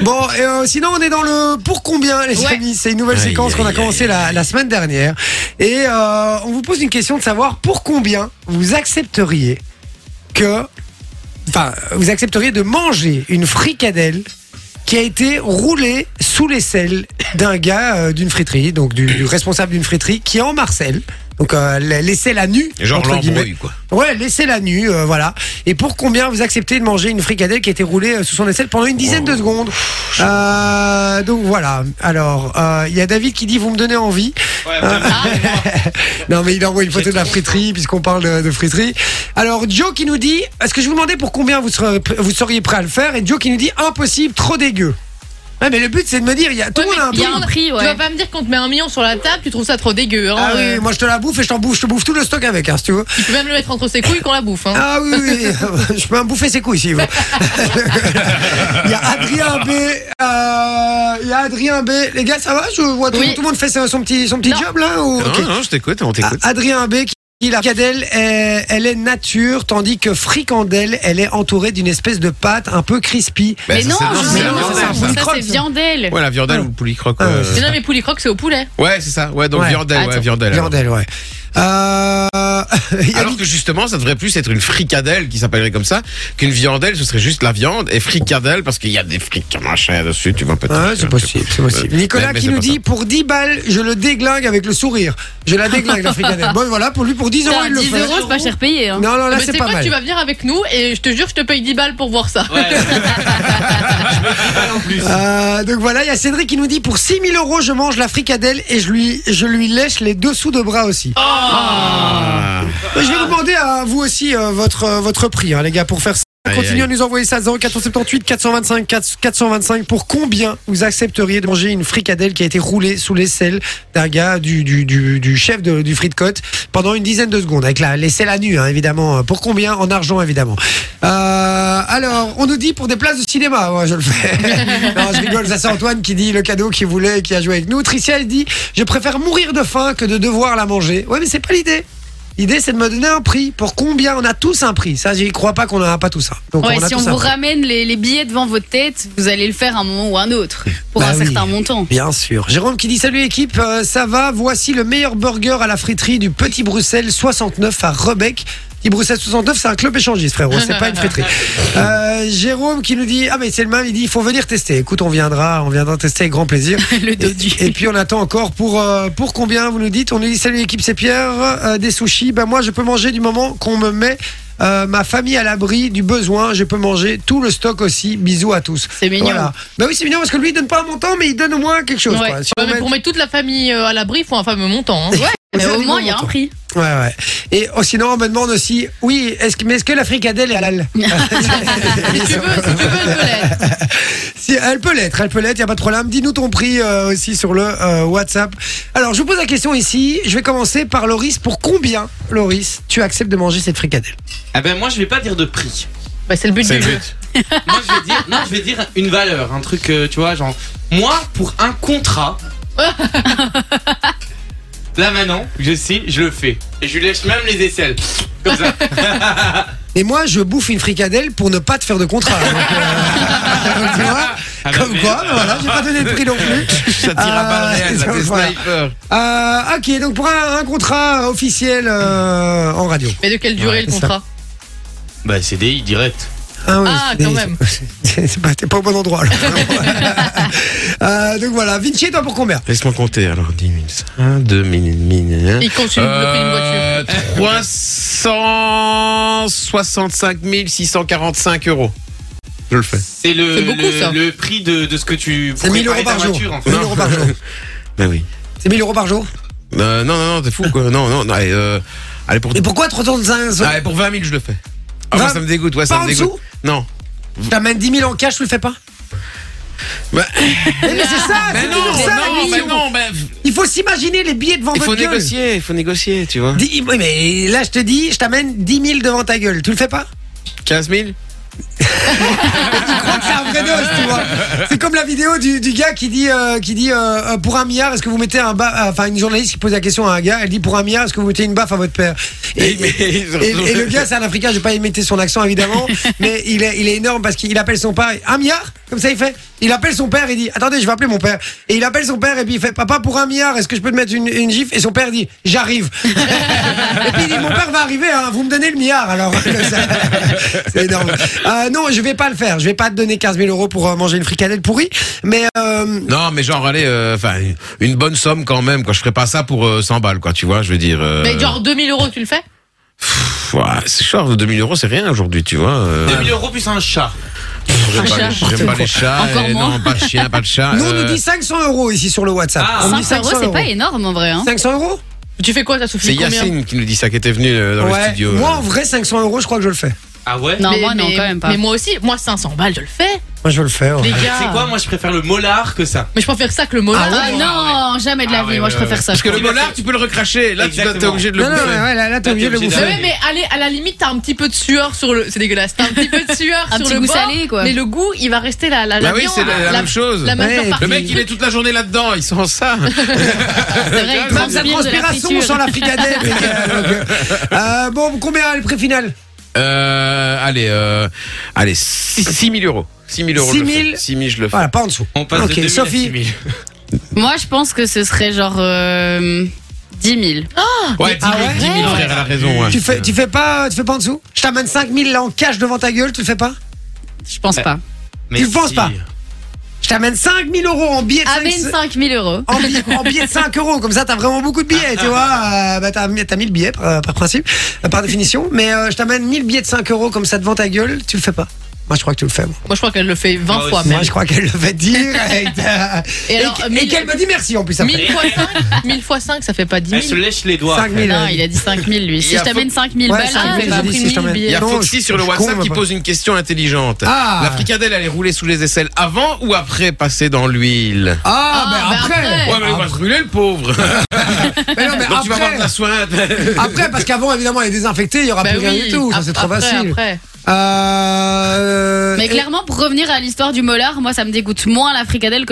Bon, et, euh, sinon on est dans le pour combien les Ouais. amis. C'est une nouvelle Aïe, séquence qu'on a aïe, commencé aïe, la, la semaine dernière. Et euh, on vous pose une question de savoir pour combien vous accepteriez que... Enfin, vous accepteriez de manger une fricadelle qui a été roulée sous l'aisselle d'un gars euh, d'une friterie, donc du, du responsable d'une friterie qui est en Marseille. Donc euh, l'aisselle à nu. Genre entre guillemets. l'embrouille, quoi. Ouais, laissez la nu, euh, voilà. Et pour combien vous acceptez de manger une fricadelle qui a été roulée euh, sous son assiette pendant une dizaine de secondes Euh, Donc voilà. Alors, euh, il y a David qui dit vous me donnez envie. non mais il envoie une photo de la friterie puisqu'on parle de, de friterie. Alors Joe qui nous dit est-ce que je vous demandais pour combien vous seriez, vous seriez prêt à le faire Et Joe qui nous dit impossible, trop dégueu. Ouais, mais le but c'est de me dire il y a tout le monde a un Il y a prix. un prix, ouais. Tu vas pas me dire qu'on te met un million sur la table, tu trouves ça trop dégueu. Hein, Ah euh, oui, moi je te la bouffe et je t'en bouffe, je te bouffe tout le stock avec, hein, si tu veux. Tu peux même le mettre entre ses couilles qu'on la bouffe. Hein. Ah oui, oui, oui. je peux me bouffer ses couilles s'il veut. il y a Adrien B. euh, il y a Adrien B. Les gars, ça va Je vois tout, Oui. tout le monde fait son son petit, son petit Non. job là ou... Ok. Non, non, je t'écoute, on t'écoute. Ah, Adrien B. qui- qui la fricadelle, est- elle est nature, tandis que fricandelle, elle est entourée d'une espèce de pâte un peu crispy. Ben, mais ça, non, c'est- je- c'est mais la non, viandelle, ça, ça. ça, Croque, ça. c'est viandelle. Ouais, la viandelle Ah. ou le poulet croque. Ah, euh, c'est Mais non, mais poulet croque, c'est au poulet. Ouais, c'est ça. Ouais, donc Ouais. viandelle, ouais, Attends. viandelle. alors. Viandelle, ouais. Euh, il y a Alors que justement, ça devrait plus être une fricadelle qui s'appellerait comme ça qu'une viandelle, ce serait juste la viande et fricadelle parce qu'il y a des fric machin dessus, tu vois peut-être. Ouais, c'est possible, c'est possible. Euh, Nicolas mais- mais qui c'est nous pas dit pour 10 balles, je le déglingue avec le sourire. Je la déglingue la fricadelle. Bon voilà, pour lui pour 10 euros, Putain, il le 10 fait. euros, c'est pas cher payé. Hein. Non non, là mais c'est c'est pas quoi, mal. tu vas venir avec nous et je te jure, je te paye 10 balles pour voir ça. Euh, donc voilà, il y a Cédric qui nous dit pour 6000 euros, je mange la fricadelle et je lui je lui lèche les dessous de bras aussi. Oh. Ah. Mais Je vais vous demander à vous aussi euh, votre euh, votre prix hein, les gars pour faire ça. Aïe, Continuez aïe. à nous envoyer ça 0478 425 4- 425 pour combien vous accepteriez de manger une fricadelle qui a été roulée sous l'aisselle d'un gars du, du, du, du chef de, du frites-côte pendant une dizaine de secondes avec la l'aisselle à nu hein, évidemment pour combien en argent évidemment euh, alors on nous dit pour des places de cinéma ouais, je le fais non je rigole ça c'est Antoine qui dit le cadeau qu'il voulait et qui a joué avec nous Tricia elle dit je préfère mourir de faim que de devoir la manger ouais mais c'est pas l'idée L'idée, c'est de me donner un prix. Pour combien on a tous un prix Ça, j'y crois pas qu'on n'en a pas tous un. Donc, Ouais, on a si on tous un vous prix. ramène les, les billets devant votre tête, vous allez le faire un moment ou un autre, pour Bah un oui. certain montant. Bien sûr. Jérôme qui dit Salut équipe, euh, ça va Voici le meilleur burger à la friterie du Petit Bruxelles 69 à Rebec. Petit Bruxelles 69, c'est un club échangiste, frérot. C'est pas une friterie. Euh, Jérôme qui nous dit Ah, mais c'est le même. Il dit Il faut venir tester. Écoute, on viendra, on viendra tester avec grand plaisir. le dodu. Et, et puis on attend encore pour, euh, pour combien vous nous dites On nous dit salut l'équipe c'est Pierre, euh, des sushis. Ben moi je peux manger du moment qu'on me met euh, ma famille à l'abri du besoin. Je peux manger tout le stock aussi. Bisous à tous. C'est mignon. Voilà. Ben oui c'est mignon parce que lui il donne pas un montant mais il donne au moins quelque chose. Ouais. quoi. Si Ouais, on mais met- pour mettre toute la famille euh, à l'abri, il faut un fameux montant. hein. Mais c'est au du moins, bon il y a un montant. prix. Ouais, ouais. Et oh, sinon on me demande aussi, oui, est-ce que, mais est-ce que la fricadelle est halal si tu veux, si tu veux, je peux l'être. Si, elle peut l'être, elle peut l'être, il n'y a pas de problème. Dis-nous ton prix euh, aussi sur le euh, WhatsApp. Alors, je vous pose la question ici. Je vais commencer par Loris. Pour combien, Loris, tu acceptes de manger cette fricadelle Ah ben moi je vais pas dire de prix. Bah, c'est le but C'est du le jeu. but. Moi je vais dire non, je vais dire une valeur, un truc euh, tu vois genre moi pour un contrat. Là maintenant, je sais, je le fais. Et je lui lèche même les aisselles. Comme ça. Et moi, je bouffe une fricadelle pour ne pas te faire de contrat. Donc, euh, tu vois Ah bah, Comme merde. quoi, voilà, j'ai pas donné de prix non plus. Ça tire à balles réelles, là, Ah, des voilà. snipers. Euh, ok, donc pour un, un contrat officiel euh, en radio. Mais de quelle durée le c'est ça. contrat Bah CDI direct. oui, Ah, Hein, c'est- quand même. c'est- c'est pas- T'es pas au bon endroit. alors. Euh, donc voilà, Vinci, toi pour combien Laisse-moi compter alors 10 minutes. 1 2 minutes minutes. Il compte sur le prix d'une voiture. Euh, 365 645 euros. Je le fais. C'est le, C'est beaucoup, le- ça. le prix de, de ce que tu C'est 1000 euros par jour. voiture en fait. 1000 euros par jour. Ben oui. C'est 1000 euros par jour. Euh, non, non, non, t'es fou quoi. Non, non, non. Allez, euh, allez pour, Mais pourquoi 365 allez, pour 20 000, je le fais. Ah, moi, 20 ça me dégoûte, ouais, ça Pas en me dégoûte. dessous Non. T'amènes 10 000 en cash, tu le fais pas Bah- Mais, mais c'est ça, c'est toujours ça, la non, vision. ben non, ben. Il faut s'imaginer les billets devant Il faut votre gueule. négocier, il faut négocier, tu vois. Dix- oui, mais là, je te dis, je t'amène 10 000 devant ta gueule. Tu le fais pas 15 000 Je crois que c'est un vrai dos, tu vois. C'est comme la la vidéo du, du gars qui dit, euh, qui dit euh, euh, pour un milliard, est-ce que vous mettez un baf Enfin, une journaliste qui pose la question à un gars, elle dit pour un milliard, est-ce que vous mettez une baffe à votre père Et- et, et le gars, c'est un Africain, je vais pas imiter son accent évidemment, mais il est, il est énorme parce qu'il appelle son père, un milliard Comme ça, il fait Il appelle son père, il dit Attendez, je vais appeler mon père. Et il appelle son père et puis il fait Papa, pour un milliard, est-ce que je peux te mettre une, une gifle Et son père dit J'arrive. et puis il dit Mon père va arriver, hein, vous me donnez le milliard alors. c'est énorme. Euh, non, je vais pas le faire, je vais pas te donner 15 000 euros pour euh, manger une fricadelle pourrie, mais. euh, Non, mais genre, allez, euh, enfin, une bonne somme quand même, quoi. Je ferais pas ça pour euh, 100 balles, quoi, tu vois, je veux dire. euh, Mais genre 2000 euros, tu le fais pff, ouais, c'est cher, 2000 euros, c'est rien aujourd'hui, tu vois. euh, 2000 euros plus un chat. pff, J'aime Un pas, les- chat. j'aime pas les chats. Encore et moins. Non, pas de chien, pas de chat. nous, on euh, nous dit 500 euros ici sur le WhatsApp. Ah. on nous dit 5 euros, c'est pas énorme en vrai. Hein. 500 euros Tu fais quoi, ça c'est Sophie Combien Yacine qui nous dit ça, qui était venu euh, dans le Ouais. studio. Moi, euh. en vrai, 500 euros, je crois que je le fais. Ah ouais Non, Mais- moi, non, mais- quand même pas. Mais moi aussi, moi 500 balles, je le fais. Moi, je veux le faire. Les C'est gars. Ah, quoi Moi, je préfère le molar que ça. Mais je préfère ça que le mot. Ah non, jamais de la Ah vie. ouais, moi, ouais, je préfère ça. Parce que je le dollar, tu peux le recracher. Là, tu dois- t'es Exactement. obligé de le Bah Non, non, bouffer. ouais, ouais, là, là, t'es Là, obligé de le t'es obligé bouffer. d'aller. Ouais, mais allez, à la limite, t'as un petit peu de sueur sur le. C'est dégueulasse. T'as un petit peu de sueur Un sur petit le goût bord, salé, quoi. Mais le goût, il va rester la. la Bah la oui, viande, c'est la, la même chose. La Ouais, majeure puis- partie. Le mec, il est toute la journée là-dedans. Il sent ça. préfère. C'est vrai, il Même sa transpire de la transpiration friture. sans la fricadelle. les gars, donc, euh, euh, bon, combien le prix final Euh, allez, euh, allez, 6 000 euros. 6 000 euros. 6 je le 000. fais. 6 000, je le fais. Voilà, pas en dessous. On passe Ok, de 2000 Sophie. à 6000. Moi, je pense que ce serait genre euh, 10 000. Ouais, 10 000, Ah ouais 10 000 frère, elle a raison. ouais. Tu fais, tu fais pas, tu fais pas en dessous Je t'amène 5000 là en cash devant ta gueule, tu le fais pas Je pense pas. Mais Tu le penses si. pas Je t'amène 5000 euros en billets de 5 Amène 5 000 euros. en billets, en billets de 5 euros, comme ça t'as vraiment beaucoup de billets, tu vois. Euh, bah, t'as, t'as 1000 billets par, par principe, euh, par définition. Mais euh, je t'amène 1000 billets de 5 euros comme ça devant ta gueule, tu le fais pas. Moi je crois que tu le fais. Moi, Moi, je crois qu'elle le fait 20 Moi fois aussi. même. moi je crois qu'elle le fait direct. Et et alors, qu- euh, et mille- qu'elle me dit merci en plus après. 1000 fois 5, 1000 fois 5, ça fait pas 10 000. Elle se lèche les doigts. 5000. Non, il a dit 5 000 lui. Il Si y a je t'amène 5 000 Ouais, balles, ça, je j'ai fais pas dit, pris si je 1000 t'emmène- Il y billets. a Non, Foxy je- sur le je WhatsApp comprends qui pas. pose une question intelligente. Ah. La fricadelle, elle est roulée sous les aisselles avant ou après passer dans l'huile Ah, Ah, ben ben après. après. Ouais, mais il va se brûler le pauvre. Mais non, mais Donc tu vas avoir après, de la soin. après, parce qu'avant, évidemment, elle est désinfectée, il n'y aura Bah plus rien oui, du tout. Ça, c'est trop après, facile. après. Euh, Mais clairement, pour revenir à l'histoire du molar, moi, ça me dégoûte moins la fricadelle que